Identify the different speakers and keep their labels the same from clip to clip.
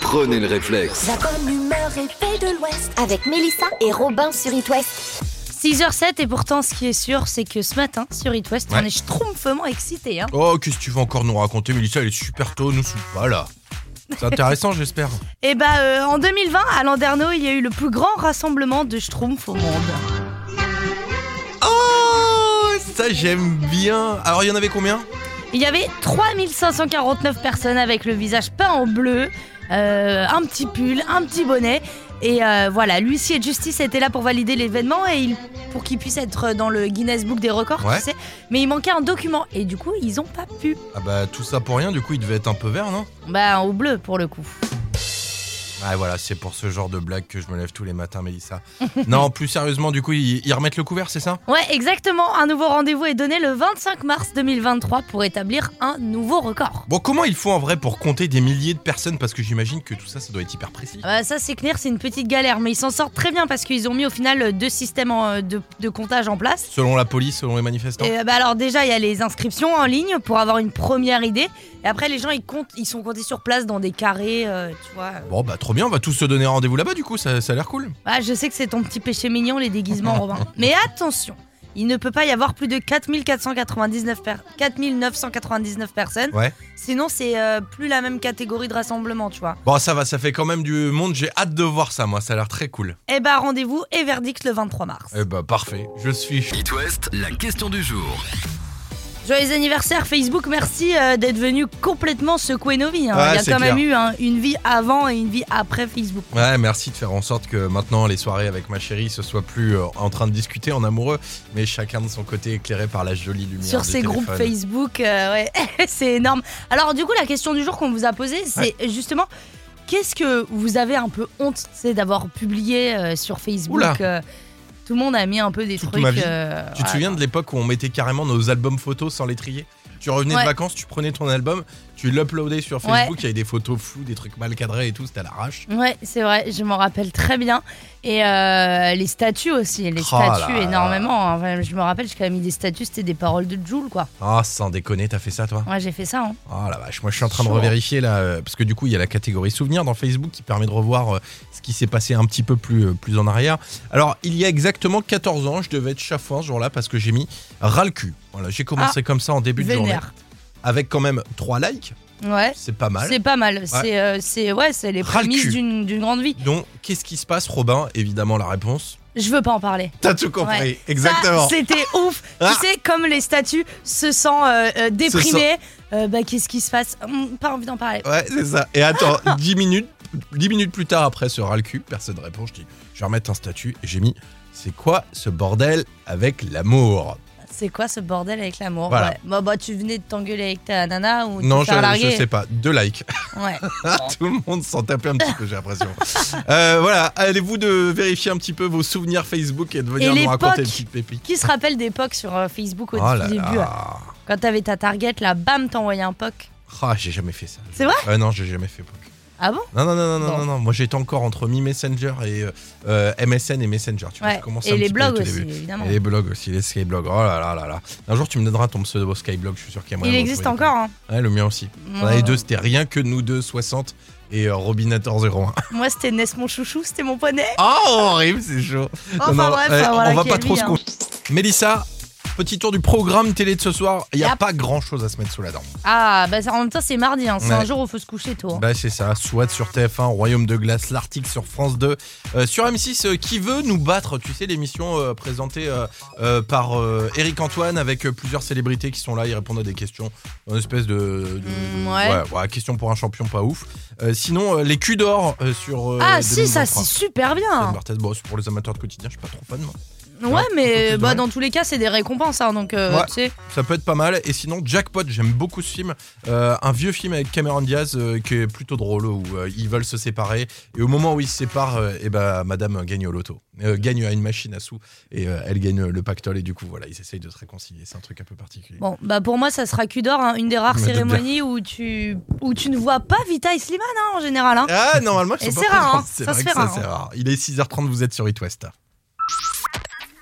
Speaker 1: Prenez le réflexe.
Speaker 2: La bonne humeur est faite de l'Ouest avec Mélissa et Robin sur It West.
Speaker 3: 6h07 et pourtant ce qui est sûr c'est que ce matin sur It West on
Speaker 4: Ouais.
Speaker 3: est schtroumpfement excité. Hein.
Speaker 4: Oh, qu'est-ce que tu vas encore nous raconter, Mélissa Elle est super tôt, nous soupe pas là. C'est intéressant, j'espère.
Speaker 3: Et bah euh, en 2020 à Landerneau il y a eu le plus grand rassemblement de schtroumpfs au monde.
Speaker 4: Oh, ça j'aime bien. Alors, il y en avait combien
Speaker 3: Il y avait 3549 personnes avec le visage peint en bleu, euh, un petit pull, un petit bonnet. Et euh, voilà, l'huissier de justice était là pour valider l'événement et il, pour qu'il puisse être dans le Guinness Book des records,
Speaker 4: Ouais.
Speaker 3: tu sais. Mais il manquait un document et du coup, ils ont pas pu.
Speaker 4: Ah bah tout ça pour rien, du coup, il devait être un peu vert, non
Speaker 3: Bah, au bleu pour le coup.
Speaker 4: Ah voilà, c'est pour ce genre de blague que je me lève tous les matins, Mélissa. non, plus sérieusement, du coup, ils, ils remettent le couvert, c'est ça
Speaker 3: Ouais, exactement. Un nouveau rendez-vous est donné le 25 mars 2023 pour établir un nouveau record.
Speaker 4: Bon, comment ils font en vrai pour compter des milliers de personnes Parce que j'imagine que tout ça, ça doit être hyper précis.
Speaker 3: Ah bah, ça, c'est clair, c'est une petite galère, mais ils s'en sortent très bien parce qu'ils ont mis au final deux systèmes en- euh, de- de comptage en place.
Speaker 4: Selon la police, selon les manifestants.
Speaker 3: Euh, bah alors déjà il y a les inscriptions en ligne pour avoir une première idée et après les gens ils comptent ils sont comptés sur place dans des carrés euh, tu vois
Speaker 4: Bon, bah trop bien, on va tous se donner rendez-vous là-bas, du coup, ça, ça a l'air cool.
Speaker 3: ah, je sais que c'est ton petit péché mignon les déguisements Robin mais attention il ne peut pas y avoir plus de 4499 per- 4999 personnes
Speaker 4: Ouais.
Speaker 3: sinon c'est euh, plus la même catégorie de rassemblement tu vois
Speaker 4: Bon, ça va, ça fait quand même du monde, j'ai hâte de voir ça, moi, ça a l'air très cool.
Speaker 3: et bah rendez-vous et verdict le 23 mars
Speaker 4: Eh bah parfait, je suis
Speaker 1: It West, la question du jour.
Speaker 3: Joyeux anniversaire Facebook, merci euh, d'être venu complètement secouer nos vies. hein.
Speaker 4: Ouais,
Speaker 3: Il y a
Speaker 4: c'est
Speaker 3: quand même
Speaker 4: clair.
Speaker 3: eu hein, une vie avant et une vie après Facebook.
Speaker 4: Ouais, merci de faire en sorte que maintenant les soirées avec ma chérie ce soit plus euh, en train de discuter en amoureux, mais chacun de son côté éclairé par la jolie lumière.
Speaker 3: sur
Speaker 4: du
Speaker 3: ces groupes
Speaker 4: téléphone.
Speaker 3: Facebook. euh, ouais, c'est énorme. Alors, du coup, la question du jour qu'on vous a posée, c'est justement. Qu'est-ce que vous avez un peu honte tu sais, d'avoir publié euh, sur
Speaker 4: Oula.
Speaker 3: Facebook euh, Tout le monde a mis un peu des
Speaker 4: Toute
Speaker 3: trucs.
Speaker 4: ma vie.
Speaker 3: euh,
Speaker 4: Tu te
Speaker 3: ouais.
Speaker 4: souviens de l'époque où on mettait carrément nos albums photos sans les trier Tu revenais
Speaker 3: Ouais.
Speaker 4: de vacances, tu prenais ton album, tu l'uploadais sur
Speaker 3: Ouais.
Speaker 4: Facebook, il y avait des photos floues, des trucs mal cadrés et tout, c'était à l'arrache.
Speaker 3: Ouais, c'est vrai, je m'en rappelle très bien. Et euh, les statues aussi, les
Speaker 4: Oh
Speaker 3: statues
Speaker 4: là là.
Speaker 3: énormément. hein. Enfin, je me rappelle, j'ai quand même mis des statues, c'était des paroles de Joule, quoi.
Speaker 4: Ah, sans déconner, t'as fait ça toi
Speaker 3: Moi, j'ai fait ça. hein.
Speaker 4: Oh la vache, moi je suis en train de
Speaker 3: Chaud. hein.
Speaker 4: revérifier là, euh, parce que du coup il y a la catégorie souvenirs dans Facebook qui permet de revoir euh, ce qui s'est passé un petit peu plus, euh, plus en arrière. Alors il y a exactement 14 ans, je devais être chafouin ce jour-là parce que j'ai mis ras le cul. Voilà, j'ai commencé comme ça en début de journée.
Speaker 3: Ah, Vénère.
Speaker 4: Avec quand même 3 likes,
Speaker 3: Ouais,
Speaker 4: c'est pas mal.
Speaker 3: c'est pas mal. C'est euh, c'est- ouais, c'est les
Speaker 4: Ras le
Speaker 3: prémices
Speaker 4: cul.
Speaker 3: d'une d'une grande vie.
Speaker 4: Donc qu'est-ce qui se passe Robin Évidemment la réponse.
Speaker 3: Je veux pas en parler.
Speaker 4: T'as tout compris,
Speaker 3: Ouais.
Speaker 4: exactement.
Speaker 3: Ça, C'était ouf.
Speaker 4: Ah.
Speaker 3: Tu sais, comme les statues se sent euh, euh, déprimé. Euh, bah, qu'est-ce qui se passe Hum, Pas envie d'en parler.
Speaker 4: Ouais, c'est ça. Et attends, 10 minutes, 10 minutes plus tard après ce ras le cul, personne ne répond. Je dis, je vais remettre un statut et j'ai mis, c'est quoi ce bordel avec l'amour
Speaker 3: C'est quoi ce bordel avec l'amour
Speaker 4: Voilà.
Speaker 3: Ouais. Bah, bah, tu venais de t'engueuler avec ta nana ou de
Speaker 4: Non,
Speaker 3: te
Speaker 4: je,
Speaker 3: faire
Speaker 4: je
Speaker 3: larguer.
Speaker 4: sais pas. Deux likes.
Speaker 3: Ouais.
Speaker 4: Tout le monde s'en tapait un petit peu, j'ai l'impression. Euh, voilà, allez-vous de vérifier un petit peu vos souvenirs Facebook et de venir
Speaker 3: Et
Speaker 4: nous raconter une
Speaker 3: l'époque.
Speaker 4: petite pépite.
Speaker 3: Qui se rappelle des POC sur euh, Facebook au
Speaker 4: Oh là
Speaker 3: début ouais.
Speaker 4: là.
Speaker 3: Quand t'avais ta target, là, bam, t'envoyais un POC.
Speaker 4: Ah, j'ai jamais fait ça.
Speaker 3: C'est vrai
Speaker 4: Ouais, Non, j'ai jamais fait POC.
Speaker 3: Ah bon
Speaker 4: Non, non, non, non,
Speaker 3: Bon.
Speaker 4: non, non, non. Moi, j'étais encore entre Mi-Messenger et euh, euh, MSN et Messenger. Tu vois,
Speaker 3: Ouais.
Speaker 4: je commençais
Speaker 3: Et
Speaker 4: un
Speaker 3: les
Speaker 4: petit peu au
Speaker 3: blogs
Speaker 4: tout
Speaker 3: aussi,
Speaker 4: début.
Speaker 3: évidemment.
Speaker 4: Et les blogs aussi, les skyblogs. Oh là là là là. Un jour, tu me donneras ton pseudo skyblog, je suis sûr qu'il y a moyen
Speaker 3: Il
Speaker 4: de
Speaker 3: existe
Speaker 4: retrouver.
Speaker 3: encore, Mm. hein.
Speaker 4: Ouais, le mien aussi. On a les deux, c'était rien que nous deux, 60 et euh, Robinator01.
Speaker 3: Moi, c'était Ness mon chouchou, c'était mon poney.
Speaker 4: Oh, horrible, c'est chaud.
Speaker 3: Enfin
Speaker 4: Non, non,
Speaker 3: bref,
Speaker 4: eh,
Speaker 3: voilà,
Speaker 4: on va
Speaker 3: qui
Speaker 4: pas
Speaker 3: est
Speaker 4: trop
Speaker 3: lui,
Speaker 4: se
Speaker 3: hein.
Speaker 4: con- Mélissa, petit tour du programme télé de ce soir. Il n'y a
Speaker 3: Yep.
Speaker 4: pas grand chose à se mettre sous la dent.
Speaker 3: Ah, bah, ça- en même temps, c'est mardi, hein. C'est un
Speaker 4: Ouais.
Speaker 3: jour où faut se coucher tôt. hein.
Speaker 4: Bah, c'est ça. SWAT sur TF1, Royaume de Glace, l'Arctique sur France 2. Euh, sur M6, euh, qui veut nous battre Tu sais, l'émission euh, présentée euh, euh, par euh, Eric Antoine avec euh, plusieurs célébrités qui sont là. Ils répondent à des questions. Une espèce de. de-
Speaker 3: Mm, ouais.
Speaker 4: ouais, question pour un champion pas ouf. Euh, sinon, euh, les culs d'or euh, sur. euh,
Speaker 3: ah, si, ça,
Speaker 4: 2023.
Speaker 3: c'est super bien.
Speaker 4: Stan Martez, bon, c'est pour les amateurs de quotidien, je suis pas trop fan. moi.
Speaker 3: Ouais,
Speaker 4: un peu
Speaker 3: mais
Speaker 4: plus
Speaker 3: bah,
Speaker 4: de
Speaker 3: dans tous les cas, c'est des récompenses, hein, donc euh,
Speaker 4: Ouais.
Speaker 3: tu sais.
Speaker 4: Ça peut être pas mal. Et sinon, Jackpot, j'aime beaucoup ce film. Euh, un vieux film avec Cameron Diaz euh, qui est plutôt drôle, où euh, ils veulent se séparer. Et au moment où ils se séparent, et ben, madame gagne au loto. Euh, gagne à une machine à sous. Et euh, elle gagne le pactole. Et du coup, voilà, ils essayent de se réconcilier. C'est un truc un peu particulier.
Speaker 3: Bon, bah pour moi, ça sera cul d'or, hein, une des rares
Speaker 4: Je me doute
Speaker 3: cérémonies où tu, où tu ne vois pas Vita et Slimane hein, en général. hein.
Speaker 4: Ah, normalement,
Speaker 3: Et
Speaker 4: ils sont
Speaker 3: c'est
Speaker 4: pas
Speaker 3: rare,
Speaker 4: présents.
Speaker 3: hein.
Speaker 4: C'est
Speaker 3: Ça
Speaker 4: vrai
Speaker 3: se
Speaker 4: que
Speaker 3: fait
Speaker 4: ça,
Speaker 3: rare,
Speaker 4: c'est
Speaker 3: hein.
Speaker 4: rare. Il est 6h30, vous êtes sur It West.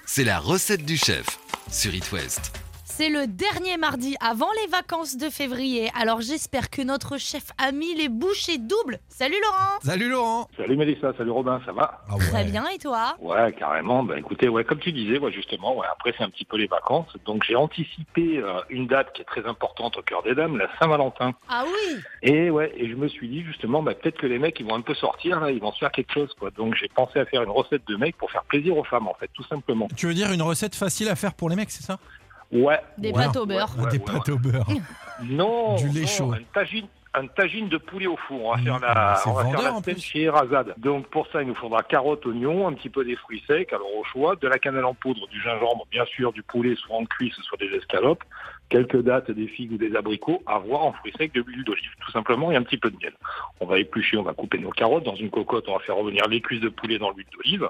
Speaker 1: C'est la recette du chef sur It West.
Speaker 3: C'est le dernier mardi avant les vacances de février. Alors j'espère que notre chef a mis les bouchées doubles. Salut Laurent
Speaker 4: Salut Laurent
Speaker 5: Salut Mélissa, salut Robin, ça va
Speaker 4: Ah
Speaker 3: Très
Speaker 4: ouais.
Speaker 3: bien, et toi
Speaker 5: Ouais, carrément. Ben écoutez, ouais, comme tu disais, ouais, justement, ouais, après c'est un petit peu les vacances. Donc j'ai anticipé euh, une date qui est très importante au cœur des dames, la Saint-Valentin.
Speaker 3: Ah oui
Speaker 5: Et ouais, et je me suis dit justement, bah, peut-être que les mecs ils vont un peu sortir là, ils vont se faire quelque chose quoi. Donc j'ai pensé à faire une recette de mecs pour faire plaisir aux femmes en fait, tout simplement.
Speaker 4: Tu veux dire une recette facile à faire pour les mecs, c'est ça
Speaker 5: Ouais.
Speaker 3: Des
Speaker 5: ouais,
Speaker 3: pâtes au beurleur.
Speaker 5: ouais,
Speaker 4: Des
Speaker 5: ouais,
Speaker 4: pâtes au beurre.
Speaker 5: ouais. Non.
Speaker 4: Du lait
Speaker 5: non,
Speaker 4: chaud.
Speaker 5: Un tagine. Un tagine de poulet au four. On va
Speaker 4: Mmh,
Speaker 5: faire la,
Speaker 4: c'est
Speaker 5: on va faire
Speaker 4: vendeur,
Speaker 5: la
Speaker 4: en
Speaker 5: scène
Speaker 4: plus.
Speaker 5: chez Erazade. Donc pour ça, il nous faudra carottes, oignons, un petit peu des fruits secs, alors au choix, de la cannelle en poudre, du gingembre, bien sûr, du poulet, soit en cuisse, soit des escalopes, quelques dattes, des figues ou des abricots, à voir en fruits secs, de l'huile d'olive, tout simplement, et un petit peu de miel. On va éplucher, on va couper nos carottes dans une cocotte, on va faire revenir les cuisses de poulet dans l'huile d'olive.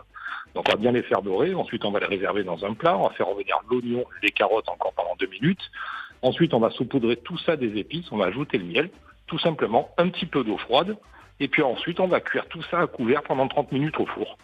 Speaker 5: Donc on va bien les faire dorer, ensuite on va les réserver dans un plat, on va faire revenir l'oignon, les carottes encore pendant deux minutes. Ensuite on va saupoudrer tout ça des épices, on va ajouter le miel, tout simplement un petit peu d'eau froide, et puis ensuite on va cuire tout ça à couvert pendant 30 minutes au four.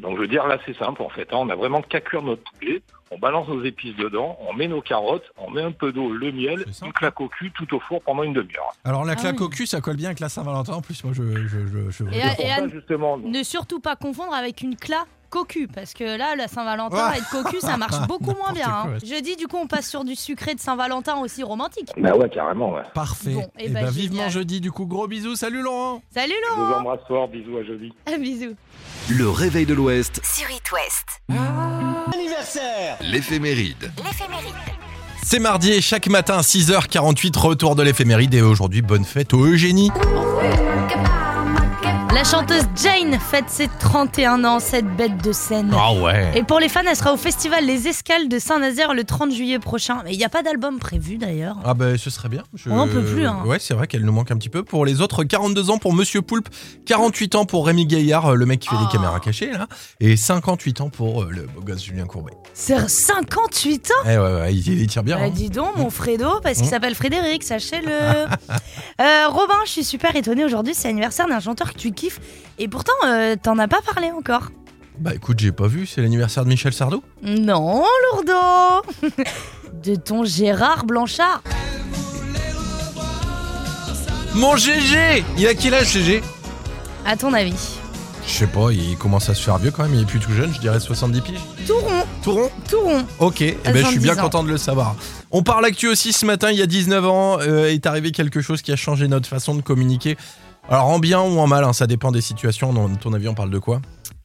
Speaker 5: Donc je veux dire là c'est simple en fait, hein, on a vraiment qu'à cuire notre poulet, on balance nos épices dedans, on met nos carottes, on met un peu d'eau, le miel,
Speaker 4: C'est simple.
Speaker 5: une claque au cul tout au four pendant une demi-heure.
Speaker 4: Alors la
Speaker 3: Ah
Speaker 4: claque
Speaker 3: oui.
Speaker 4: au cul, ça colle bien avec la Saint-Valentin. En plus, moi, je. je, je, je-
Speaker 3: Et
Speaker 4: je-
Speaker 3: à-
Speaker 5: Pour ça
Speaker 3: Anne-
Speaker 5: justement,
Speaker 3: Ne surtout pas confondre avec une cla cocu, parce que là, la Saint-Valentin,
Speaker 4: Ouais.
Speaker 3: être cocu, ça marche beaucoup moins
Speaker 4: N'importe
Speaker 3: bien. hein.
Speaker 4: quoi.
Speaker 3: Je dis, du coup, on passe sur du sucré de Saint-Valentin aussi romantique.
Speaker 5: bah ouais carrément ouais.
Speaker 4: Parfait.
Speaker 3: Bon,
Speaker 4: et
Speaker 3: eh ben,
Speaker 4: vivement
Speaker 3: génial.
Speaker 4: jeudi, du coup, gros bisous. Salut Laurent
Speaker 3: Salut
Speaker 5: Je vous
Speaker 3: Laurent
Speaker 5: embrasse fort, bisous à jeudi.
Speaker 3: Bisous
Speaker 1: Le réveil de l'Ouest,
Speaker 2: Sur It West.
Speaker 1: l'éphéméride.
Speaker 2: L'éphéméride.
Speaker 4: C'est mardi et chaque matin, 6h48, retour de l'éphéméride. Et aujourd'hui, bonne fête au Eugénie.
Speaker 3: La chanteuse Jane fête ses 31 ans, cette bête de scène.
Speaker 4: Ah ouais.
Speaker 3: Et pour les fans, elle sera au festival Les Escales de Saint-Nazaire le 30 juillet prochain. Mais il n'y a pas d'album prévu d'ailleurs.
Speaker 4: Ah ben ce serait bien. Je-
Speaker 3: On en peut plus, hein.
Speaker 4: Ouais, c'est vrai qu'elle nous manque un petit peu. Pour les autres, 42 ans pour Monsieur Poulpe, 48 ans pour Rémi Gaillard, euh, le mec qui fait
Speaker 3: Ah.
Speaker 4: les caméras cachées là, et 58 ans pour euh, le beau gosse Julien Courbet.
Speaker 3: C'est 58 ans
Speaker 4: Eh ouais, ouais, il, il tire bien.
Speaker 3: Bah,
Speaker 4: hein.
Speaker 3: Dis donc, mon Fredo, parce qu'il
Speaker 4: Mmh.
Speaker 3: s'appelle Frédéric, sachez-le. Euh, Robin, je suis super étonnée aujourd'hui, c'est l'anniversaire d'un chanteur que tu kiffes. Et pourtant, euh, t'en as pas parlé encore.
Speaker 4: Bah écoute, j'ai pas vu, c'est l'anniversaire de Michel Sardou.
Speaker 3: Non, lourdeau De ton Gérard Blanchard.
Speaker 4: Mon GG Il a quel âge GG
Speaker 3: À ton avis
Speaker 4: Je sais pas, il commence à se faire vieux quand même, il est plus tout jeune, je dirais 70 piges.
Speaker 3: Tout rond,
Speaker 4: Tout rond
Speaker 3: tout rond.
Speaker 4: Ok, eh ben, je
Speaker 3: 70
Speaker 4: suis bien
Speaker 3: ans.
Speaker 4: content de le savoir. On parle actu aussi ce matin, il y a 19 ans, euh, est arrivé quelque chose qui a changé notre façon de communiquer. Alors en bien ou en mal, hein, ça dépend des situations. Dans ton avis, on parle de quoi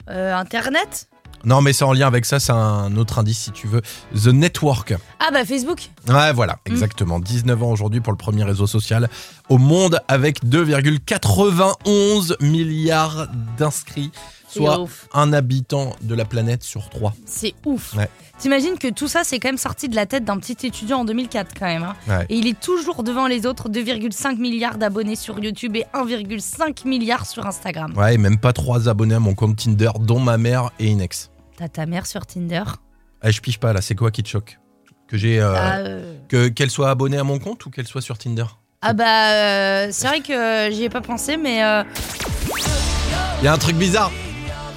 Speaker 3: Euh, Internet
Speaker 4: Non, mais c'est en lien avec ça, c'est un autre indice si tu veux. The Network.
Speaker 3: Ah bah Facebook
Speaker 4: Ouais, voilà,
Speaker 3: Mm.
Speaker 4: exactement. 19 ans aujourd'hui pour le premier réseau social au monde avec 2,91 milliards d'inscrits,
Speaker 3: C'est
Speaker 4: soit
Speaker 3: ouf.
Speaker 4: un habitant de la planète sur trois.
Speaker 3: C'est ouf.
Speaker 4: Ouais.
Speaker 3: T'imagines que tout ça, c'est quand même sorti de la tête d'un petit étudiant en 2004 quand même. hein.
Speaker 4: Ouais.
Speaker 3: Et il est toujours devant les autres 2,5 milliards d'abonnés sur YouTube et 1,5 milliard sur Instagram.
Speaker 4: Ouais, et même pas trois abonnés à mon compte Tinder, dont ma mère et Inex.
Speaker 3: T'as ta mère sur Tinder
Speaker 4: Ah, je pige pas là, c'est quoi qui te choque Que j'ai. euh,
Speaker 3: Ah, euh,
Speaker 4: que- Qu'elle soit abonnée à mon compte ou qu'elle soit sur Tinder
Speaker 3: ah bah, euh, c'est vrai que euh, j'y ai pas pensé, mais euh,
Speaker 4: Il y a un truc bizarre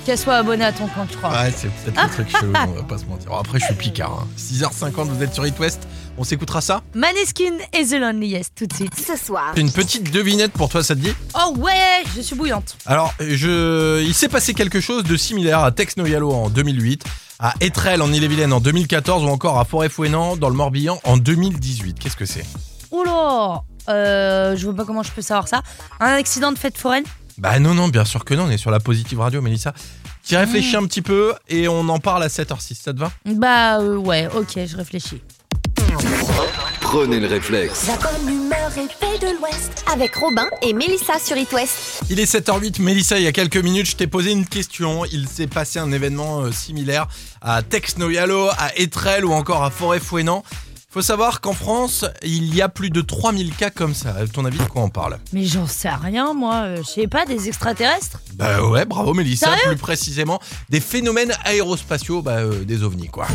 Speaker 3: qu'elle soit abonnée à ton compte, je crois.
Speaker 4: Ouais, c'est peut-être le truc chelou, on va pas se mentir. Bon, après, je suis picard. hein. 6h50, vous êtes sur It West. On s'écoutera ça
Speaker 3: Maneskin et The Loneliest, tout de suite.
Speaker 2: Ce soir.
Speaker 4: J'ai une petite devinette pour toi, ça te dit
Speaker 3: Oh ouais, je suis bouillante.
Speaker 4: Alors, je... il s'est passé quelque chose de similaire à Tex Noyalo en 2008, à Etrel en Ille-et-Vilaine en 2014 ou encore à Forêt-Fouesnant dans le Morbihan en 2018. Qu'est-ce que c'est
Speaker 3: Oula euh, Je vois pas comment je peux savoir ça. Un accident de fête foraine
Speaker 4: Bah non, non, bien sûr que non, on est sur la Positive Radio, Mélissa. Qui réfléchit un petit peu et on en parle à 7h06, ça te va
Speaker 3: Bah euh, ouais, ok, je réfléchis.
Speaker 1: Prenez le réflexe.
Speaker 2: La bonne humeur et paix de l'Ouest. Avec Robin et Mélissa sur It West.
Speaker 4: Il est 7h08, Mélissa, il y a quelques minutes, je t'ai posé une question. Il s'est passé un événement euh, similaire à Tex Noyalo, à Etrel ou encore à Forêt-Fouesnant. Faut savoir qu'en France, il y a plus de 3000 cas comme ça. À ton avis, de quoi on parle
Speaker 3: Mais j'en sais rien, moi. euh, je sais pas, des extraterrestres
Speaker 4: Bah ouais, bravo Mélissa,
Speaker 3: Sérieux
Speaker 4: plus précisément des phénomènes aérospatiaux, bah euh, des ovnis quoi.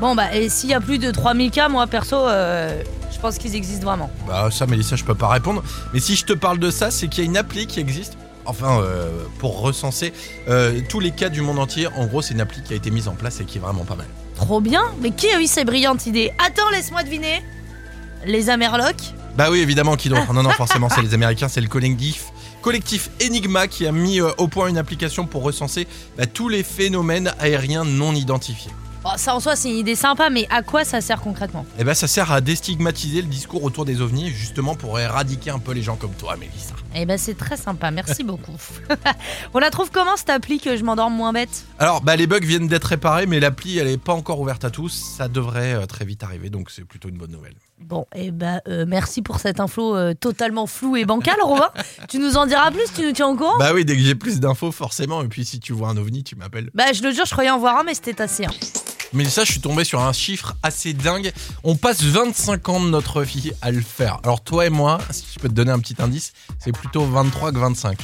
Speaker 3: Bon, bah, et s'il y a plus de 3000 cas, moi, perso, euh, je pense qu'ils existent vraiment.
Speaker 4: Bah ça Mélissa, je peux pas répondre, mais si je te parle de ça, c'est qu'il y a une appli qui existe enfin, euh, pour recenser euh, tous les cas du monde entier. En gros, c'est une appli qui a été mise en place et qui est vraiment pas mal.
Speaker 3: Trop bien Mais qui a eu ces brillantes idées Attends, laisse-moi deviner Les Amerlocs
Speaker 4: Bah oui, évidemment, qui d'autre Non, non, forcément, c'est les Américains, c'est le collectif. Collectif Enigma qui a mis euh, au point une application pour recenser bah, tous les phénomènes aériens non identifiés.
Speaker 3: Bon, Oh, Ça en soi, c'est une idée sympa, mais à quoi ça sert concrètement
Speaker 4: Et ben ça sert à déstigmatiser le discours autour des ovnis, justement pour éradiquer un peu les gens comme toi, Mélissa.
Speaker 3: Eh ben, c'est très sympa, merci beaucoup. On la trouve comment cette appli que je m'endorme moins bête
Speaker 4: Alors, bah, les bugs viennent d'être réparés, mais l'appli, elle n'est pas encore ouverte à tous. Ça devrait euh, très vite arriver, donc c'est plutôt une bonne nouvelle.
Speaker 3: Bon, eh ben, euh, merci pour cette info euh, totalement floue et bancale, Romain. tu nous en diras plus, tu nous tiens au courant
Speaker 4: Bah oui, dès que j'ai plus d'infos, forcément. Et puis, si tu vois un ovni, tu m'appelles.
Speaker 3: Bah, je le jure, je croyais en voir un, mais c'était assez. hein.
Speaker 4: Mélissa, je suis tombé sur un chiffre assez dingue. On passe 25 ans de notre vie à le faire. Alors, toi et moi, si je peux te donner un petit indice, c'est plutôt 23 que 25.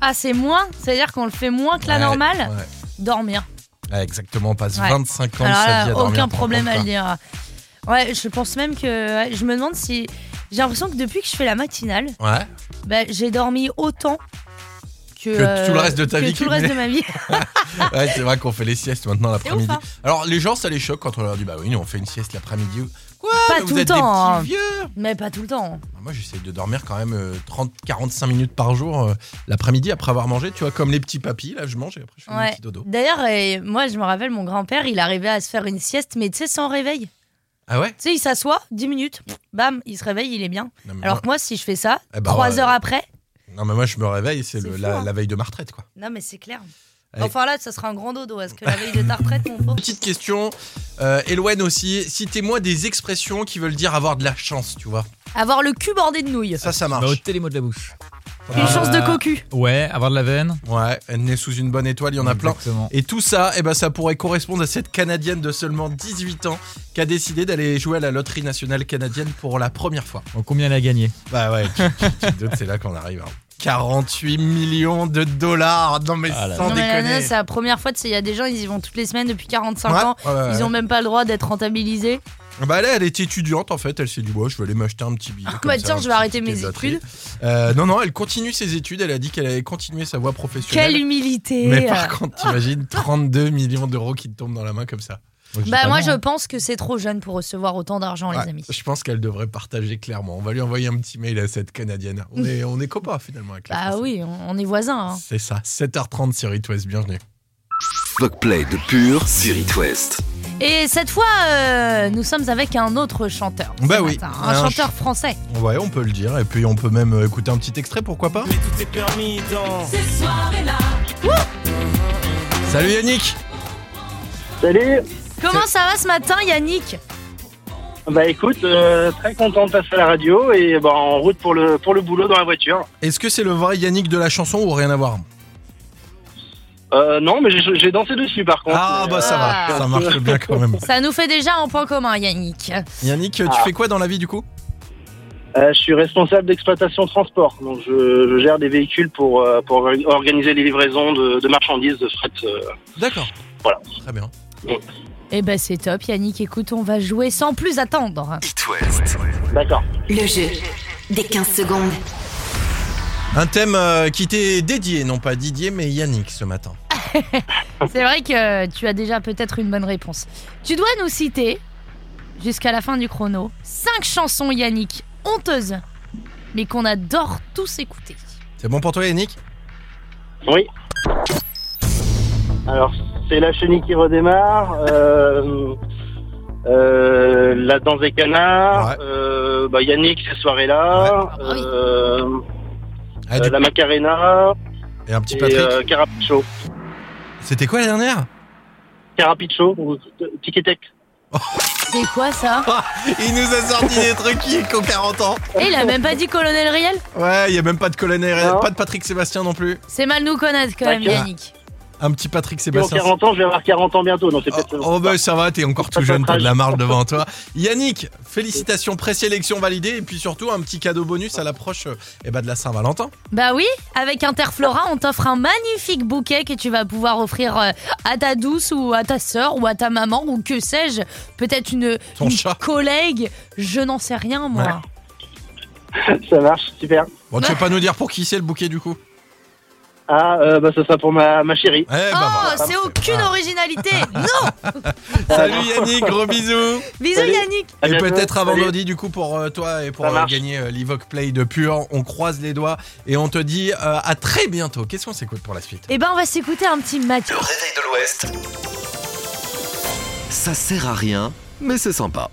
Speaker 3: Ah, c'est moins C'est-à-dire qu'on le fait moins que la
Speaker 4: Ouais,
Speaker 3: normale
Speaker 4: ouais.
Speaker 3: Dormir.
Speaker 4: Ouais, exactement, on passe
Speaker 3: Ouais.
Speaker 4: 25 ans de
Speaker 3: Alors
Speaker 4: sa
Speaker 3: là,
Speaker 4: vie à dormir
Speaker 3: aucun
Speaker 4: pour
Speaker 3: problème à
Speaker 4: comprendre
Speaker 3: le dire. Ouais, je pense même que. ouais, Je me demande si. J'ai l'impression que depuis que je fais la matinale,
Speaker 4: ça. Ouais.
Speaker 3: bah, j'ai dormi autant que.
Speaker 4: Que tout le reste de ta
Speaker 3: que
Speaker 4: vie
Speaker 3: tout le reste de ma vie.
Speaker 4: Ouais, c'est vrai qu'on fait les siestes maintenant l'après-midi.
Speaker 3: ouf, hein.
Speaker 4: Alors, les gens, ça les choque quand on leur dit Bah oui, nous, on fait une sieste l'après-midi. Quoi
Speaker 3: Pas
Speaker 4: mais
Speaker 3: tout
Speaker 4: Vous
Speaker 3: le
Speaker 4: êtes
Speaker 3: temps, hein.
Speaker 4: des petits vieux
Speaker 3: mais pas tout le temps. hein.
Speaker 4: Bah, Moi, j'essaie de dormir quand même 30-45 minutes par jour euh, l'après-midi après avoir mangé. Tu vois, comme les petits papis, là, je mange et après, je fais mon
Speaker 3: Ouais.
Speaker 4: petit dodo.
Speaker 3: D'ailleurs, euh, moi, je me rappelle, mon grand-père, il arrivait à se faire une sieste, mais tu sais, sans réveil. Tu
Speaker 4: Ah ouais
Speaker 3: sais, il s'assoit, 10 minutes, bam, il se réveille, il est bien.
Speaker 4: non mais,
Speaker 3: Alors
Speaker 4: moi,
Speaker 3: que moi, si je fais ça,
Speaker 4: Eh ben,
Speaker 3: 3
Speaker 4: ouais.
Speaker 3: heures après.
Speaker 4: non, mais moi, je me réveille, c'est
Speaker 3: C'est
Speaker 4: le-
Speaker 3: fou,
Speaker 4: la,
Speaker 3: hein.
Speaker 4: la veille de ma retraite, quoi.
Speaker 3: Non, mais c'est clair.
Speaker 4: Ouais.
Speaker 3: Enfin là, ça sera un grand dodo. Est-ce que la veille de ta retraite, mon pauvre
Speaker 4: Petite question, euh, Eloane aussi. Citez-moi des expressions qui veulent dire avoir de la chance, tu vois.
Speaker 3: Avoir le cul bordé de nouilles.
Speaker 4: Ça, ça
Speaker 6: Bah,
Speaker 4: marche.
Speaker 6: ôtez les mots de la bouche.
Speaker 3: Une chance de
Speaker 6: Euh,
Speaker 3: cocu.
Speaker 6: Ouais, avoir de la veine.
Speaker 4: Ouais, né sous une bonne étoile, il y en a plein.
Speaker 6: Exactement.
Speaker 4: Et tout ça, eh ben, ça pourrait correspondre à cette Canadienne de seulement 18 ans qui a décidé d'aller jouer à la Loterie Nationale Canadienne pour la première fois.
Speaker 6: En combien elle a gagné
Speaker 4: Bah ouais, tu, tu- tu te doutes, c'est là qu'on arrive. hein. 48 millions de dollars Non mais
Speaker 6: Ah là
Speaker 4: sans
Speaker 3: Non, mais la nana,
Speaker 4: déconner
Speaker 3: c'est la première fois, tu sais, il y a des gens, ils y vont toutes les semaines depuis 45
Speaker 4: Ouais,
Speaker 3: ans.
Speaker 4: ouais, ouais,
Speaker 3: Ils
Speaker 4: ouais.
Speaker 3: ont même pas le droit d'être rentabilisés.
Speaker 4: Bah là, elle était étudiante en fait, elle s'est dit, ouais, je vais aller m'acheter un petit billet.
Speaker 3: Ah,
Speaker 4: comme
Speaker 3: bah
Speaker 4: ça,
Speaker 3: tiens,
Speaker 4: un
Speaker 3: je vais
Speaker 4: petit
Speaker 3: arrêter
Speaker 4: ticket
Speaker 3: mes
Speaker 4: de loterie.
Speaker 3: études.
Speaker 4: Euh, non, non, elle continue ses études, elle a dit qu'elle allait continuer sa voie
Speaker 3: Quelle
Speaker 4: professionnelle.
Speaker 3: humilité
Speaker 4: mais par contre, t'imagines 32 millions d'euros qui te tombent dans la main comme ça.
Speaker 3: Bah moi, je pense que c'est trop jeune pour recevoir autant d'argent,
Speaker 4: Ouais,
Speaker 3: Oh, les amis.
Speaker 4: Je pense qu'elle devrait partager clairement. On va lui envoyer un petit mail à cette Canadienne. On est, on est copains finalement avec la
Speaker 3: Bah
Speaker 4: Française.
Speaker 3: oui, on on est voisins. hein.
Speaker 4: C'est ça, 7h30 sur It West, bienvenue.
Speaker 1: Play de pur sur It West.
Speaker 3: Et cette fois, euh, nous sommes avec un autre chanteur. ce
Speaker 4: Bah oui,
Speaker 3: matin.
Speaker 4: un
Speaker 3: un chanteur français.
Speaker 4: Ouais, on peut le dire, et puis on peut même euh, écouter un petit extrait, pourquoi pas Salut Yannick
Speaker 7: Salut
Speaker 3: Comment ça va ce matin, Yannick
Speaker 7: Bah écoute, euh, très content de passer à la radio et bah, en route pour le, pour le boulot dans la voiture.
Speaker 4: Est-ce que c'est le vrai Yannick de la chanson ou rien à voir
Speaker 7: Euh, non, mais j'ai j'ai dansé dessus par contre.
Speaker 4: Ah
Speaker 7: Mais,
Speaker 4: bah ça va,
Speaker 3: Ah.
Speaker 4: ça marche bien quand même.
Speaker 3: Ça nous fait déjà un point commun, Yannick.
Speaker 4: Yannick, tu
Speaker 7: Ah.
Speaker 4: fais quoi dans la vie du coup
Speaker 7: euh, je suis responsable d'exploitation transport, donc je, je gère des véhicules pour, euh, pour organiser les livraisons de, de marchandises, de fret. euh.
Speaker 4: D'accord.
Speaker 7: Voilà.
Speaker 4: Très bien.
Speaker 3: Eh ben c'est top, Yannick. Écoute, on va jouer sans plus attendre.
Speaker 1: It West.
Speaker 7: D'accord.
Speaker 2: Le jeu des 15 secondes.
Speaker 4: Un thème euh, qui t'est dédié, non pas Didier, mais Yannick ce matin.
Speaker 3: C'est vrai que tu as déjà peut-être une bonne réponse. Tu dois nous citer, jusqu'à la fin du chrono, cinq chansons, Yannick, honteuses, mais qu'on adore tous écouter.
Speaker 4: C'est bon pour toi Yannick
Speaker 7: Oui. Alors, c'est la chenille qui redémarre. Euh, euh, la danse des canards.
Speaker 4: Ouais.
Speaker 7: Euh, bah, Yannick, ces soirées-là.
Speaker 3: Ouais. Ah, bah oui.
Speaker 7: euh,
Speaker 4: Ah,
Speaker 7: euh,
Speaker 4: du-
Speaker 7: la Macarena.
Speaker 4: Et un petit
Speaker 7: et
Speaker 4: Patrick.
Speaker 7: euh, Carapicho.
Speaker 4: C'était quoi la dernière
Speaker 7: Carapicho ou Ticketek.
Speaker 3: C'est quoi ça
Speaker 4: Il nous a sorti des trucs qui est qu'ont 40 ans.
Speaker 3: Et Eh, il a même pas dit Colonel Riel
Speaker 4: Ouais, il y a même pas de colonel,
Speaker 7: Non.
Speaker 4: pas de Patrick Sébastien non plus.
Speaker 3: C'est mal nous connaître quand même,
Speaker 7: D'accord.
Speaker 3: Yannick.
Speaker 4: Un petit Patrick
Speaker 7: J'ai
Speaker 4: Sébastien.
Speaker 7: 40 ans, je vais avoir 40 ans bientôt, donc c'est
Speaker 4: Oh,
Speaker 7: peut-être.
Speaker 4: oh, bah ça va, t'es encore tout
Speaker 7: pas
Speaker 4: jeune, t'as de la
Speaker 7: tragique.
Speaker 4: marge devant toi. Yannick, félicitations, présélection validée et puis surtout un petit cadeau bonus à l'approche euh, eh ben, de la Saint-Valentin.
Speaker 3: Bah oui, avec Interflora, on t'offre un magnifique bouquet que tu vas pouvoir offrir euh, à ta douce ou à ta sœur ou à ta maman ou que sais-je, peut-être une, une
Speaker 4: Ton chat.
Speaker 3: collègue, je n'en sais rien moi.
Speaker 4: Ouais.
Speaker 7: Ah, ça marche, super.
Speaker 4: Bon, tu veux pas nous dire pour qui c'est le bouquet du coup
Speaker 7: Ah, euh, bah, ça sera pour ma, ma chérie.
Speaker 4: Eh ben
Speaker 3: Oh,
Speaker 4: voilà.
Speaker 3: c'est aucune originalité. Non
Speaker 4: Salut Yannick, gros bisous.
Speaker 3: Bisous
Speaker 7: Salut.
Speaker 3: Yannick.
Speaker 7: À
Speaker 4: Et
Speaker 7: bientôt.
Speaker 4: peut-être à
Speaker 7: Salut.
Speaker 4: vendredi du coup pour euh, toi et pour
Speaker 7: Ça
Speaker 4: euh,
Speaker 7: marche.
Speaker 4: gagner euh, l'Evoque Play de Pure. On croise les doigts et on te dit euh, à très bientôt. Qu'est-ce qu'on s'écoute pour la suite
Speaker 3: Eh ben, on va s'écouter un petit match.
Speaker 1: Le réveil de l'Ouest. Ça sert à rien, mais c'est sympa.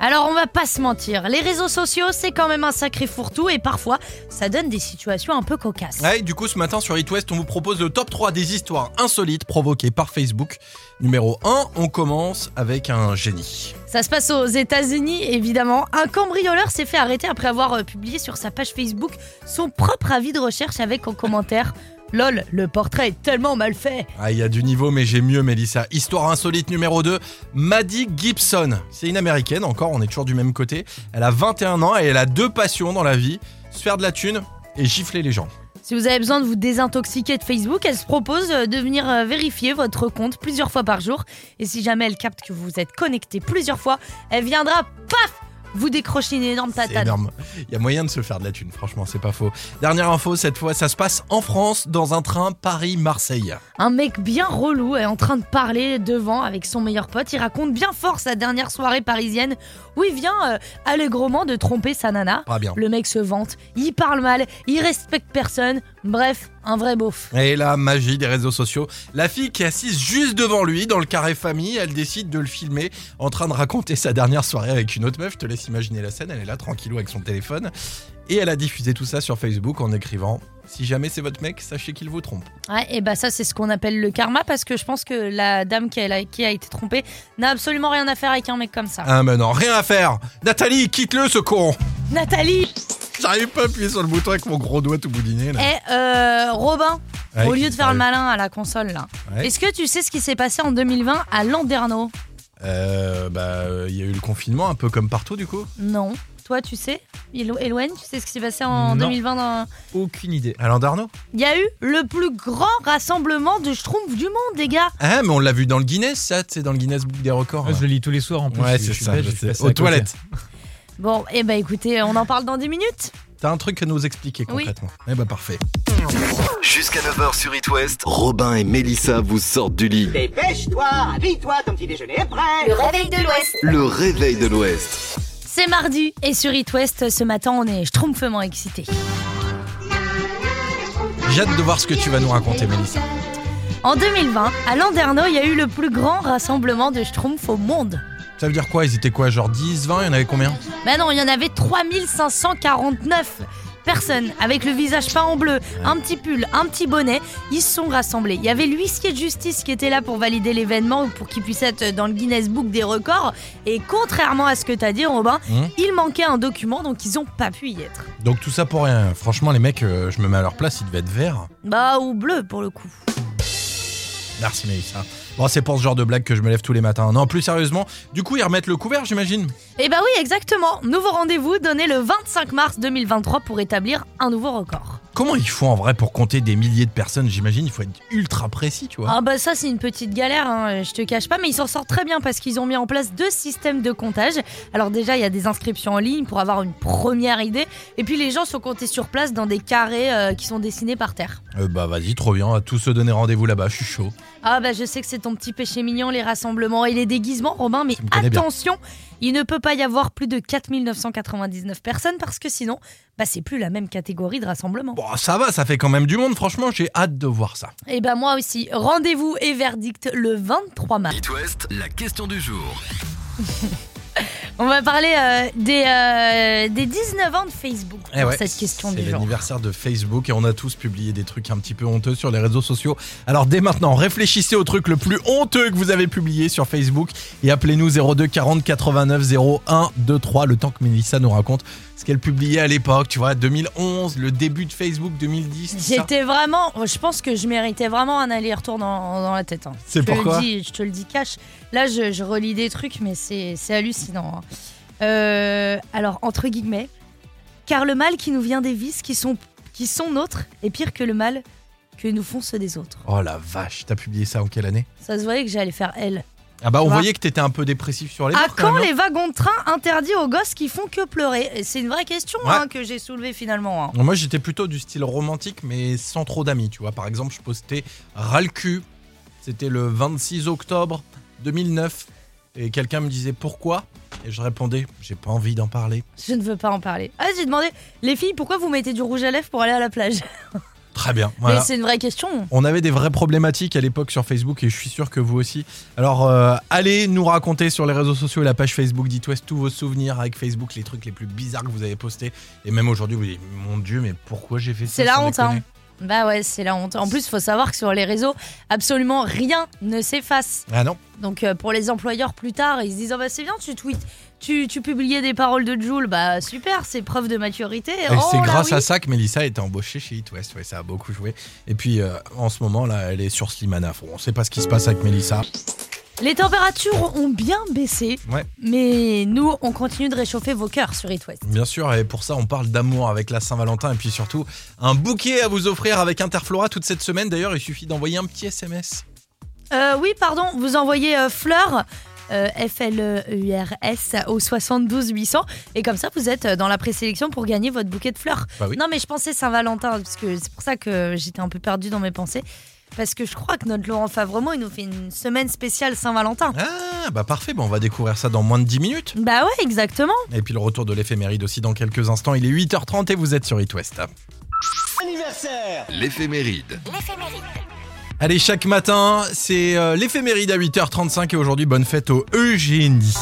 Speaker 3: Alors on va pas se mentir, les réseaux sociaux c'est quand même un sacré fourre-tout et parfois ça donne des situations un peu cocasses.
Speaker 4: Ouais, et du coup, ce matin sur It West, on vous propose le top 3 des histoires insolites provoquées par Facebook. Numéro 1, on commence avec un génie.
Speaker 3: Ça se passe aux États-Unis évidemment. Un cambrioleur s'est fait arrêter après avoir euh, publié sur sa page Facebook son propre avis de recherche avec en commentaire LOL, le portrait est tellement mal fait.
Speaker 4: Ah, il y a du niveau, mais j'ai mieux, Mélissa. Histoire insolite numéro 2, Maddie Gibson. C'est une américaine, encore, on est toujours du même côté. Elle a 21 ans et elle a deux passions dans la vie se faire de la thune et gifler les gens.
Speaker 3: Si vous avez besoin de vous désintoxiquer de Facebook, elle se propose euh, de venir euh, vérifier votre compte plusieurs fois par jour. Et si jamais elle capte que vous vous êtes connecté plusieurs fois, elle viendra, paf, vous décrocher une énorme
Speaker 4: C'est
Speaker 3: patate.
Speaker 4: énorme. Il y a moyen de se faire de la thune, franchement, c'est pas faux. Dernière info, cette fois, ça se passe en France dans un train Paris-Marseille.
Speaker 3: Un mec bien relou est en train de parler devant avec son meilleur pote. Il raconte bien fort sa dernière soirée parisienne où il vient euh, allègrement de tromper sa nana.
Speaker 4: Pas bien.
Speaker 3: Le mec se vante, il parle mal, il respecte personne. Bref, un vrai beauf.
Speaker 4: Et la magie des réseaux sociaux. La fille qui est assise juste devant lui dans le carré famille, elle décide de le filmer en train de raconter sa dernière soirée avec une autre meuf. Je te laisse imaginer la scène. Elle est là tranquillou avec son téléphone. Et elle a diffusé tout ça sur Facebook en écrivant Si jamais c'est votre mec, sachez qu'il vous trompe.
Speaker 3: Ouais, et bah ça, c'est ce qu'on appelle le karma parce que je pense que la dame qui a, qui a été trompée n'a absolument rien à faire avec un mec comme ça.
Speaker 4: Ah, mais non, rien à faire Nathalie, quitte-le ce con
Speaker 3: Nathalie
Speaker 4: J'arrive pas à appuyer sur le bouton avec mon gros doigt tout boudiné. Là.
Speaker 3: et euh, Robin,
Speaker 4: Ouais,
Speaker 3: au lieu de faire le
Speaker 4: sérieux.
Speaker 3: malin à la console là,
Speaker 4: Ouais.
Speaker 3: est-ce que tu sais ce qui s'est passé en 2020 à Landerneau
Speaker 4: Euh, bah, euh, il y a eu le confinement, un peu comme partout du coup.
Speaker 3: Non. Toi, tu sais, Elo- Eloane, tu sais ce qui s'est passé en
Speaker 6: Non.
Speaker 3: 2020 dans-
Speaker 6: Aucune idée.
Speaker 4: Alain Darnaud
Speaker 3: Il y a eu le plus grand rassemblement de schtroumpfs du monde, les gars.
Speaker 4: Ah, mais on l'a vu dans le Guinness, ça, c'est dans le Guinness Book des records.
Speaker 6: je le lis tous les soirs en plus.
Speaker 4: Ouais,
Speaker 6: Je
Speaker 4: c'est
Speaker 6: suis
Speaker 4: ça,
Speaker 6: bête,
Speaker 4: je
Speaker 6: je suis
Speaker 4: sais.
Speaker 6: passé à
Speaker 4: Aux
Speaker 6: côté.
Speaker 4: toilettes.
Speaker 3: Bon, eh ben écoutez, on en parle dans 10 minutes.
Speaker 4: T'as un truc à nous expliquer
Speaker 3: Oui.
Speaker 4: concrètement. Eh bah parfait.
Speaker 1: Jusqu'à 9h sur It West, Robin et Mélissa vous sortent du lit.
Speaker 8: Dépêche-toi, habille-toi, ton petit déjeuner est prêt.
Speaker 2: Le réveil de l'Ouest.
Speaker 1: Le réveil de l'Ouest.
Speaker 3: C'est mardi et sur It West, ce matin, on est schtroumpfement excités.
Speaker 4: J'ai hâte de voir ce que tu vas nous raconter, Mélissa.
Speaker 3: En 2020, à Landerneau, il y a eu le plus grand rassemblement de schtroumpfs au monde.
Speaker 4: Ça veut dire quoi Ils étaient quoi Genre 10, 20 Il y en avait combien
Speaker 3: Ben non, il y en avait 3549 personnes avec le visage peint en bleu, un petit pull, un petit bonnet. Ils se sont rassemblés. Il y avait l'huissier de justice qui était là pour valider l'événement pour qu'il puisse être dans le Guinness Book des records. Et contrairement à ce que t'as dit, Robin,
Speaker 4: Mhm.
Speaker 3: il manquait un document donc ils ont pas pu y être.
Speaker 4: Donc tout ça pour rien. Franchement, les mecs, euh, je me mets à leur place, ils devaient être verts.
Speaker 3: Bah, ou bleu pour le coup.
Speaker 4: Merci Mélissa. Bon, c'est pour ce genre de blague que je me lève tous les matins. Non, plus sérieusement, du coup, ils remettent le couvert, j'imagine
Speaker 3: Et bah oui, exactement. Nouveau rendez-vous donné le 25 mars 2023 pour établir un nouveau record.
Speaker 4: Comment ils font en vrai pour compter des milliers de personnes J'imagine, il faut être ultra précis, tu vois.
Speaker 3: Ah bah ça c'est une petite galère, hein, je te cache pas, mais ils s'en sortent très bien parce qu'ils ont mis en place deux systèmes de comptage. Alors déjà il y a des inscriptions en ligne pour avoir une première idée, et puis les gens sont comptés sur place dans des carrés euh, qui sont dessinés par terre.
Speaker 4: Euh, bah vas-y, trop bien, à tous se donner rendez-vous là-bas, je suis chaud.
Speaker 3: Ah bah je sais que c'est ton petit péché mignon, les rassemblements et les déguisements, Romain, mais
Speaker 4: Tu me connais bien.
Speaker 3: attention, il ne peut pas y avoir plus de 4999 personnes parce que sinon, bah c'est plus la même catégorie de rassemblement.
Speaker 4: Bon, ça va, ça fait quand même du monde, franchement, j'ai hâte de voir ça.
Speaker 3: Et bah moi aussi, rendez-vous et verdict le 23 mars.
Speaker 1: It West, la question du jour.
Speaker 3: On va parler euh, des, euh, des 19 ans de Facebook pour
Speaker 4: Eh ouais,
Speaker 3: cette question
Speaker 4: C'est
Speaker 3: du jour.
Speaker 4: l'anniversaire de Facebook et on a tous publié des trucs un petit peu honteux sur les réseaux sociaux. Alors dès maintenant, réfléchissez au truc le plus honteux que vous avez publié sur Facebook et appelez-nous 02 40 89 01 23 le temps que Mélissa nous raconte ce qu'elle publiait à l'époque, tu vois, 2011, le début de Facebook, 2010. tout ça.
Speaker 3: J'étais vraiment, je pense que je méritais vraiment un aller-retour dans, dans la tête. hein.
Speaker 4: C'est
Speaker 3: Je te le
Speaker 4: pourquoi
Speaker 3: dis- Je te le dis cash. Là, je, je relis des trucs, mais c'est c'est hallucinant. hein. Euh, alors, entre guillemets, car le mal qui nous vient des vices qui sont, qui sont nôtres est pire que le mal que nous font ceux des autres.
Speaker 4: Oh la vache, t'as publié ça en quelle année
Speaker 3: Ça se voyait que j'allais faire elle.
Speaker 4: Ah bah on
Speaker 3: Voilà.
Speaker 4: voyait que t'étais un peu dépressif sur les
Speaker 3: À
Speaker 4: bords,
Speaker 3: Ah, quand
Speaker 4: même, hein.
Speaker 3: les wagons de train interdits aux gosses qui font que pleurer Et C'est une vraie question
Speaker 4: Ouais.
Speaker 3: hein, que j'ai soulevée finalement. hein.
Speaker 4: Moi j'étais plutôt du style romantique mais sans trop d'amis, tu vois. Par exemple, je postais ras le cul. C'était le 26 octobre 2009 et quelqu'un me disait pourquoi et je répondais j'ai pas envie d'en parler.
Speaker 3: Je ne veux pas en parler. Ah, j'ai demandé, les filles, pourquoi vous mettez du rouge à lèvres pour aller à la plage
Speaker 4: Très bien.
Speaker 3: Mais
Speaker 4: Voilà.
Speaker 3: c'est une vraie question.
Speaker 4: On avait des vraies problématiques à l'époque sur Facebook et je suis sûr que vous aussi. Alors euh, allez nous raconter sur les réseaux sociaux et la page Facebook d'It West tous vos souvenirs avec Facebook, les trucs les plus bizarres que vous avez postés. Et même aujourd'hui vous dites mon dieu mais pourquoi j'ai fait ça
Speaker 3: C'est la
Speaker 4: sans
Speaker 3: honte, hein.
Speaker 4: déconner
Speaker 3: Bah ouais, c'est la honte. En plus, faut savoir que sur les réseaux, absolument rien ne s'efface.
Speaker 4: Ah non
Speaker 3: Donc euh, pour les employeurs plus tard, ils se disent Ah bah c'est bien, tu tweets, tu, tu publiais des paroles de Jules, bah super, c'est preuve de maturité.
Speaker 4: Et
Speaker 3: Oh
Speaker 4: c'est
Speaker 3: là
Speaker 4: grâce
Speaker 3: oui.
Speaker 4: à ça que Melissa a été embauchée chez It West. Ouais, ça a beaucoup joué. Et puis, euh, en ce moment, là, elle est sur Slimana. Bon, on sait pas ce qui se passe avec Melissa.
Speaker 3: Les températures ont bien baissé,
Speaker 4: Ouais.
Speaker 3: mais nous, on continue de réchauffer vos cœurs sur It West.
Speaker 4: Bien sûr, et pour ça, on parle d'amour avec la Saint-Valentin. Et puis surtout, un bouquet à vous offrir avec Interflora toute cette semaine. D'ailleurs, il suffit d'envoyer un petit SMS.
Speaker 3: Euh, oui, pardon, vous envoyez euh, fleurs. euh, F-L-E-U-R-S au 72 800 et comme ça vous êtes euh, dans la présélection pour gagner votre bouquet de fleurs.
Speaker 4: Bah oui.
Speaker 3: Non mais je pensais Saint-Valentin parce que c'est pour ça que j'étais un peu perdue dans mes pensées parce que je crois que notre Laurent Favremont il nous fait une semaine spéciale Saint-Valentin.
Speaker 4: Ah, bah parfait. Bah, on va découvrir ça dans moins de 10 minutes.
Speaker 3: Bah ouais, exactement.
Speaker 4: Et puis le retour de l'éphéméride aussi dans quelques instants. Il est 8h30 et vous êtes sur It West.
Speaker 1: L'éphéméride.
Speaker 4: Allez, chaque matin, c'est euh, l'éphéméride à 8h35 et aujourd'hui, bonne fête au Eugénie.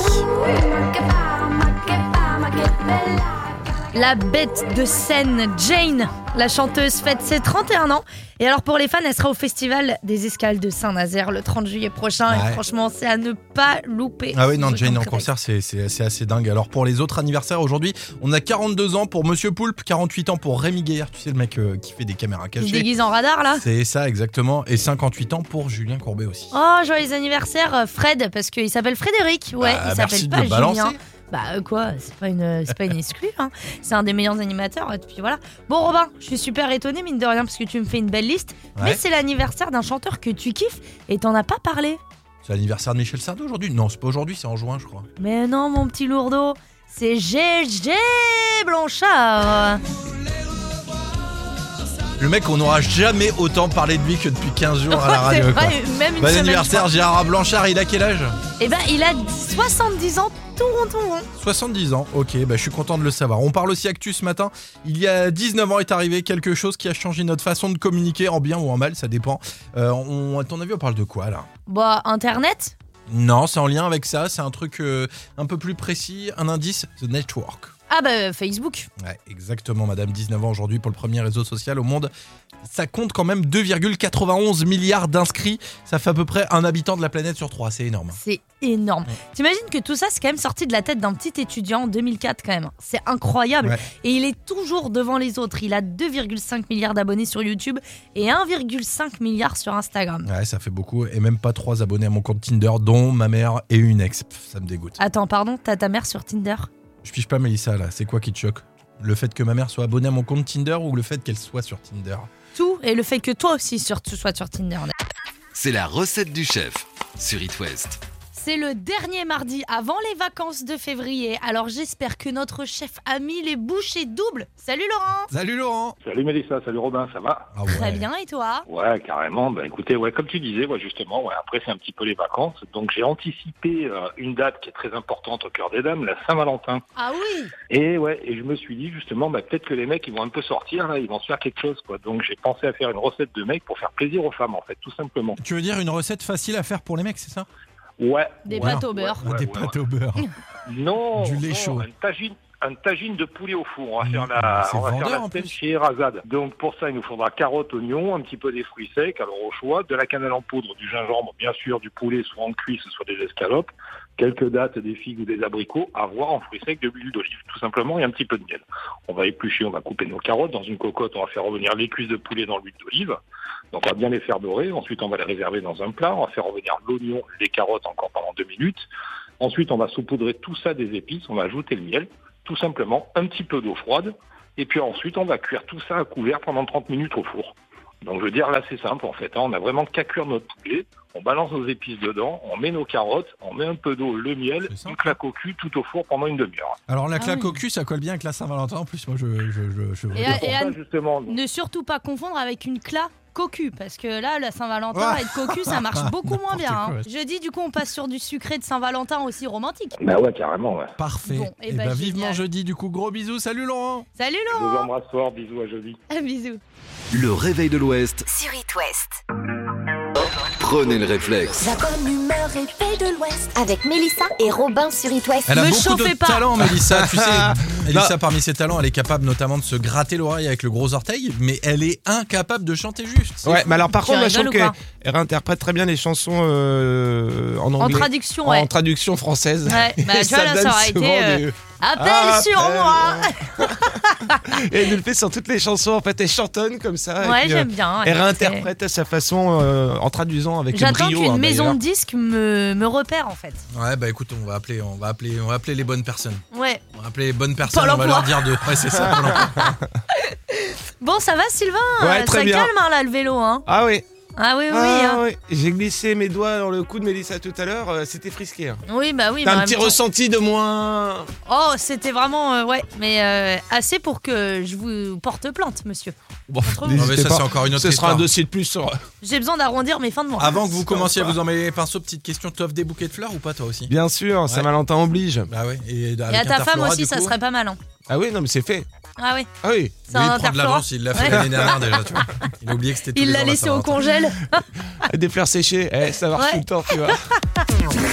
Speaker 3: La bête de scène Jane, la chanteuse fête ses 31 ans. Et alors pour les fans, elle sera au festival des escales de Saint-Nazaire le 30 juillet prochain.
Speaker 4: Ouais.
Speaker 3: Et franchement, c'est à ne pas louper.
Speaker 4: Ah oui, non,
Speaker 3: Je
Speaker 4: Jane
Speaker 3: t'en
Speaker 4: en
Speaker 3: prie.
Speaker 4: concert, c'est- c'est c'est assez dingue. Alors pour les autres anniversaires aujourd'hui, on a 42 ans pour Monsieur Poulpe, 48 ans pour Rémi Gaillard, tu sais le mec euh, qui fait des caméras
Speaker 3: Il Ah.
Speaker 4: cachées.
Speaker 3: déguise en radar là.
Speaker 4: C'est ça exactement, et 58 ans pour Julien Courbet aussi.
Speaker 3: Oh, joyeux anniversaire euh, Fred, parce qu'il s'appelle Frédéric. Ouais,
Speaker 4: Bah,
Speaker 3: il
Speaker 4: merci
Speaker 3: s'appelle
Speaker 4: de
Speaker 3: pas
Speaker 4: le balancer.
Speaker 3: Julien. Bah euh, quoi, c'est pas une, c'est pas une exclue. hein. C'est un des meilleurs animateurs. Et puis voilà. Bon Robin, je suis super étonnée mine de rien parce que tu me fais une belle liste.
Speaker 4: Ouais.
Speaker 3: Mais c'est l'anniversaire d'un chanteur que tu kiffes et t'en as pas parlé.
Speaker 4: C'est l'anniversaire de Michel Sardou aujourd'hui Non, c'est pas aujourd'hui, c'est en juin je crois.
Speaker 3: Mais non, mon petit lourdeau, c'est GG Blanchard.
Speaker 4: Oh, Le mec, on n'aura jamais autant parlé de lui que depuis 15 jours à la
Speaker 3: Ouais,
Speaker 4: radio.
Speaker 3: c'est
Speaker 4: quoi.
Speaker 3: vrai, même une
Speaker 4: Bon
Speaker 3: semaine.
Speaker 4: anniversaire Gérard Blanchard, il a quel âge
Speaker 3: Et ben, il a 70 ans tout rond, tout rond.
Speaker 4: 70 ans, ok, bah, je suis content de le savoir. On parle aussi actu ce matin. Il y a 19 ans est arrivé quelque chose qui a changé notre façon de communiquer, en bien ou en mal, ça dépend. Euh, on, à ton avis, on parle de quoi là
Speaker 3: Bah, Internet
Speaker 4: Non, c'est en lien avec ça, c'est un truc euh, un peu plus précis, un indice, The Network.
Speaker 3: Ah bah, Facebook.
Speaker 4: Ouais, exactement, madame, 19 ans aujourd'hui pour le premier réseau social au monde. Ça compte quand même 2,91 milliards d'inscrits, ça fait à peu près un habitant de la planète sur trois, c'est énorme.
Speaker 3: C'est énorme. T'imagines que tout ça, c'est quand même sorti de la tête d'un petit étudiant en 2004 quand même. C'est incroyable.
Speaker 4: Ouais.
Speaker 3: Et il est toujours devant les autres. Il a 2,5 milliards d'abonnés sur YouTube et 1,5 milliard sur Instagram.
Speaker 4: Ouais, ça fait beaucoup, et même pas trois abonnés à mon compte Tinder, dont ma mère et une ex. Pff, ça me dégoûte.
Speaker 3: Attends, pardon, t'as ta mère sur Tinder
Speaker 4: Je pige pas Mélissa là, c'est quoi qui te choque Le fait que ma mère soit abonnée à mon compte Tinder ou le fait qu'elle soit sur Tinder
Speaker 3: Tout et le fait que toi aussi sur, tu sois sur Tinder.
Speaker 1: C'est la recette du chef sur It West.
Speaker 3: C'est le dernier mardi avant les vacances de février. Alors j'espère que notre chef a mis les bouchées doubles. Salut Laurent
Speaker 4: Salut Laurent
Speaker 5: Salut Mélissa, salut Robin, ça va
Speaker 4: ah
Speaker 3: Très bien et toi
Speaker 5: Ouais, carrément. Ben, écoutez, ouais, comme tu disais, ouais, justement, ouais, après, c'est un petit peu les vacances. Donc, j'ai anticipé euh, une date qui est très importante au cœur des dames, la Saint-Valentin.
Speaker 3: Ah oui
Speaker 5: Et ouais, et je me suis dit, justement, bah, peut-être que les mecs, ils vont un peu sortir, là, ils vont se faire quelque chose, quoi. Donc, j'ai pensé à faire une recette de mecs pour faire plaisir aux femmes, en fait, tout simplement.
Speaker 4: Tu veux dire une recette facile à faire pour les mecs, c'est ça
Speaker 5: Ouais.
Speaker 3: Des
Speaker 5: ouais,
Speaker 3: pâtes au
Speaker 5: ouais,
Speaker 3: beurre.
Speaker 5: ouais,
Speaker 4: Des
Speaker 5: ouais,
Speaker 4: pâtes au beurre.
Speaker 5: ouais. Non.
Speaker 4: Du lait
Speaker 5: non,
Speaker 4: chaud.
Speaker 5: Un tagine. Un tagine de poulet au four. On va
Speaker 4: Mmh,
Speaker 5: faire la,
Speaker 4: c'est
Speaker 5: on va faire
Speaker 4: vendeur,
Speaker 5: la
Speaker 4: en
Speaker 5: scène
Speaker 4: plus.
Speaker 5: chez Razad. Donc, pour ça, il nous faudra carottes, oignons, un petit peu des fruits secs, alors au choix, de la cannelle en poudre, du gingembre, bien sûr, du poulet, soit en cuisse, soit des escalopes, quelques dattes, des figues ou des abricots, à voir en fruits secs, de l'huile d'olive, tout simplement, et un petit peu de miel. On va éplucher, on va couper nos carottes dans une cocotte, on va faire revenir les cuisses de poulet dans l'huile d'olive. Donc on va bien les faire dorer, ensuite on va les réserver dans un plat, on va faire revenir l'oignon, les carottes encore pendant deux minutes. Ensuite on va saupoudrer tout ça des épices, on va ajouter le miel, tout simplement un petit peu d'eau froide, et puis ensuite on va cuire tout ça à couvert pendant 30 minutes au four. Donc je veux dire, là c'est simple en fait. hein. On a vraiment qu'à cuire notre poulet, on balance nos épices dedans, on met nos carottes, on met un peu d'eau, le miel,
Speaker 6: C'est simple.
Speaker 5: une claque au cul tout au four pendant une demi-heure.
Speaker 9: Alors la
Speaker 3: Ah
Speaker 9: claque
Speaker 3: oui.
Speaker 9: au cul, ça colle bien avec la Saint-Valentin. En plus, moi, je, je, je, je-
Speaker 3: Et, euh,
Speaker 5: C'est pour
Speaker 3: et
Speaker 5: ça,
Speaker 3: Anne-
Speaker 5: justement,
Speaker 3: Ne surtout pas confondre avec une cla cocu, parce que là, la Saint-Valentin,
Speaker 4: Ah.
Speaker 9: Ouais.
Speaker 3: être cocu, ça marche beaucoup moins bien.
Speaker 9: N'importe
Speaker 3: hein.
Speaker 9: quoi.
Speaker 3: Je dis, du coup, on passe sur du sucré de Saint-Valentin aussi romantique.
Speaker 5: bah ouais carrément. Ouais.
Speaker 9: Parfait.
Speaker 3: Bon, eh
Speaker 9: et
Speaker 3: ben,
Speaker 9: vivement
Speaker 3: génial.
Speaker 9: jeudi. Du coup, gros bisous. Salut Laurent.
Speaker 3: Salut
Speaker 5: Je vous
Speaker 3: Laurent Ah,
Speaker 5: embrasse fort, bisous à jeudi.
Speaker 3: Bisous
Speaker 1: Le réveil de l'Ouest,
Speaker 2: Sur It West.
Speaker 1: prenez le réflexe.
Speaker 2: La bonne humeur et paix de l'Ouest avec Mélissa et Robin sur It West.
Speaker 6: Elle a
Speaker 3: Me
Speaker 6: beaucoup de
Speaker 3: chauffez pas.
Speaker 6: talent, Mélissa. tu sais, Mélissa, parmi ses talents, elle est capable notamment de se gratter l'oreille avec le gros orteil, mais elle est incapable de chanter juste. C'est
Speaker 4: Ouais,
Speaker 6: fou.
Speaker 4: mais alors par
Speaker 3: Tu
Speaker 4: contre, moi, je
Speaker 3: rigoles
Speaker 4: trouve
Speaker 3: ou pas
Speaker 4: qu'elle elle réinterprète très bien les chansons euh, en
Speaker 3: En
Speaker 4: anglais.
Speaker 3: traduction, ouais.
Speaker 4: En traduction française.
Speaker 3: Ouais, bah,
Speaker 4: Et
Speaker 3: tu vois, là, ça
Speaker 4: donne
Speaker 3: aurait été,
Speaker 4: souvent
Speaker 3: euh,
Speaker 4: des-
Speaker 3: Appel
Speaker 4: Ah,
Speaker 3: sur
Speaker 4: appel,
Speaker 3: moi
Speaker 4: ouais. Et elle nous le fait sur toutes les chansons. En fait, elle chantonne comme ça. et
Speaker 3: Ouais,
Speaker 4: puis, euh,
Speaker 3: j'aime bien.
Speaker 4: Elle
Speaker 3: ouais,
Speaker 4: réinterprète à sa façon euh, en traduisant
Speaker 3: c'est-
Speaker 4: avec
Speaker 3: J'attends
Speaker 4: brio.
Speaker 3: qu'une
Speaker 4: hein,
Speaker 3: maison
Speaker 4: d'ailleurs.
Speaker 3: de disques me, me repère, en fait.
Speaker 6: Ouais, bah écoute, on va appeler, on va appeler, on va appeler les bonnes personnes.
Speaker 3: Ouais.
Speaker 6: On va appeler les bonnes personnes.
Speaker 3: Pôle
Speaker 6: on va
Speaker 3: emploi.
Speaker 6: leur dire de. Ouais, c'est ça. Pôle emploi.
Speaker 3: Bon, ça va, Sylvain
Speaker 4: Ouais,
Speaker 3: Euh,
Speaker 4: très
Speaker 3: Ça
Speaker 4: bien.
Speaker 3: calme, hein, là, le vélo. Hein.
Speaker 4: Ah oui,
Speaker 3: Ah oui, oui.
Speaker 4: ah,
Speaker 3: hein.
Speaker 4: oui. j'ai glissé mes doigts dans le cou de Mélissa tout à l'heure, euh, c'était frisqué. hein.
Speaker 3: Oui, bah oui.
Speaker 4: T'as
Speaker 3: mais en
Speaker 4: un petit
Speaker 3: même temps-
Speaker 4: ressenti de moins.
Speaker 3: Oh, c'était vraiment, euh, ouais, mais euh, assez pour que je vous porte plainte, monsieur.
Speaker 4: Bon,
Speaker 6: Non, mais
Speaker 4: n'hésitez
Speaker 6: ça,
Speaker 4: pas.
Speaker 6: c'est encore une autre
Speaker 4: Ce sera un
Speaker 6: histoire.
Speaker 4: dossier de plus hein. sur.
Speaker 3: J'ai besoin d'arrondir mes fins de mois.
Speaker 6: Avant que vous commenciez à vous emmêler les pinceaux, petite question, t'offres des bouquets de fleurs ou pas toi aussi
Speaker 4: Bien sûr, Saint-Valentin oblige.
Speaker 6: Bah ouais. Et,
Speaker 3: Et à ta femme aussi, ça serait pas mal. Hein.
Speaker 4: Ah oui, non, mais c'est fait.
Speaker 3: Ah oui,
Speaker 4: Ah oui.
Speaker 3: c'est
Speaker 6: Lui,
Speaker 3: un
Speaker 6: il prend de
Speaker 3: interflora.
Speaker 6: l'avance, il l'a fait
Speaker 3: Ouais.
Speaker 6: l'année dernière déjà, tu vois. Il a oublié que c'était tous
Speaker 3: Il
Speaker 6: les
Speaker 3: l'a
Speaker 6: ans la
Speaker 3: laissé au
Speaker 6: Saint-Valentin.
Speaker 3: congèle.
Speaker 4: Des fleurs séchées, eh, ça marche
Speaker 3: Ouais.
Speaker 4: tout le temps, tu vois.